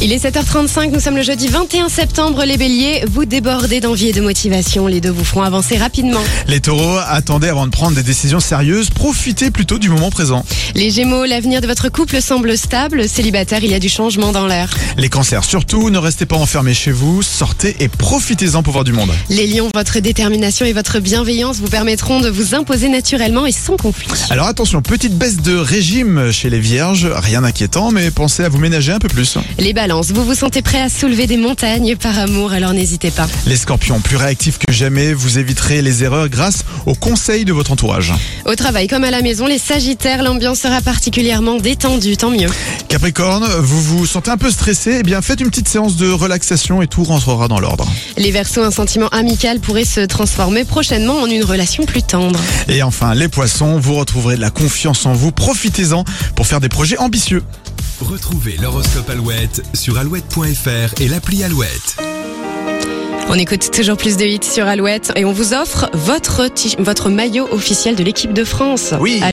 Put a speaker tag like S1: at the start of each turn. S1: Il est 7h35, nous sommes le jeudi 21 septembre, les béliers, vous débordez d'envie et de motivation, les deux vous feront avancer rapidement.
S2: Les taureaux, attendez avant de prendre des décisions sérieuses, profitez plutôt du moment présent.
S1: Les gémeaux, l'avenir de votre couple semble stable, célibataire, il y a du changement dans l'air.
S2: Les cancers, surtout, ne restez pas enfermés chez vous, sortez et profitez-en pour voir du monde.
S1: Les lions, votre détermination et votre bienveillance vous permettront de vous imposer naturellement et sans conflit.
S2: Alors attention, petite baisse de régime chez les vierges, rien d'inquiétant, mais pensez à vous ménager un peu plus.
S1: Les balances, vous vous sentez prêt à soulever des montagnes par amour, alors n'hésitez pas.
S2: Les scorpions, plus réactifs que jamais, vous éviterez les erreurs grâce aux conseils de votre entourage.
S1: Au travail comme à la maison, les sagittaires, l'ambiance sera particulièrement détendue, tant mieux.
S2: Capricorne, vous vous sentez un peu stressé, eh bien faites une petite séance de relaxation et tout rentrera dans l'ordre.
S1: Les versos, un sentiment amical pourrait se transformer prochainement en une relation plus tendre.
S2: Et enfin, les poissons, vous retrouverez de la confiance en vous, profitez-en pour faire des projets ambitieux.
S3: Retrouvez l'horoscope Alouette sur alouette.fr et l'appli Alouette.
S1: On écoute toujours plus de hits sur Alouette et on vous offre votre, t- votre maillot officiel de l'équipe de France.
S2: Oui.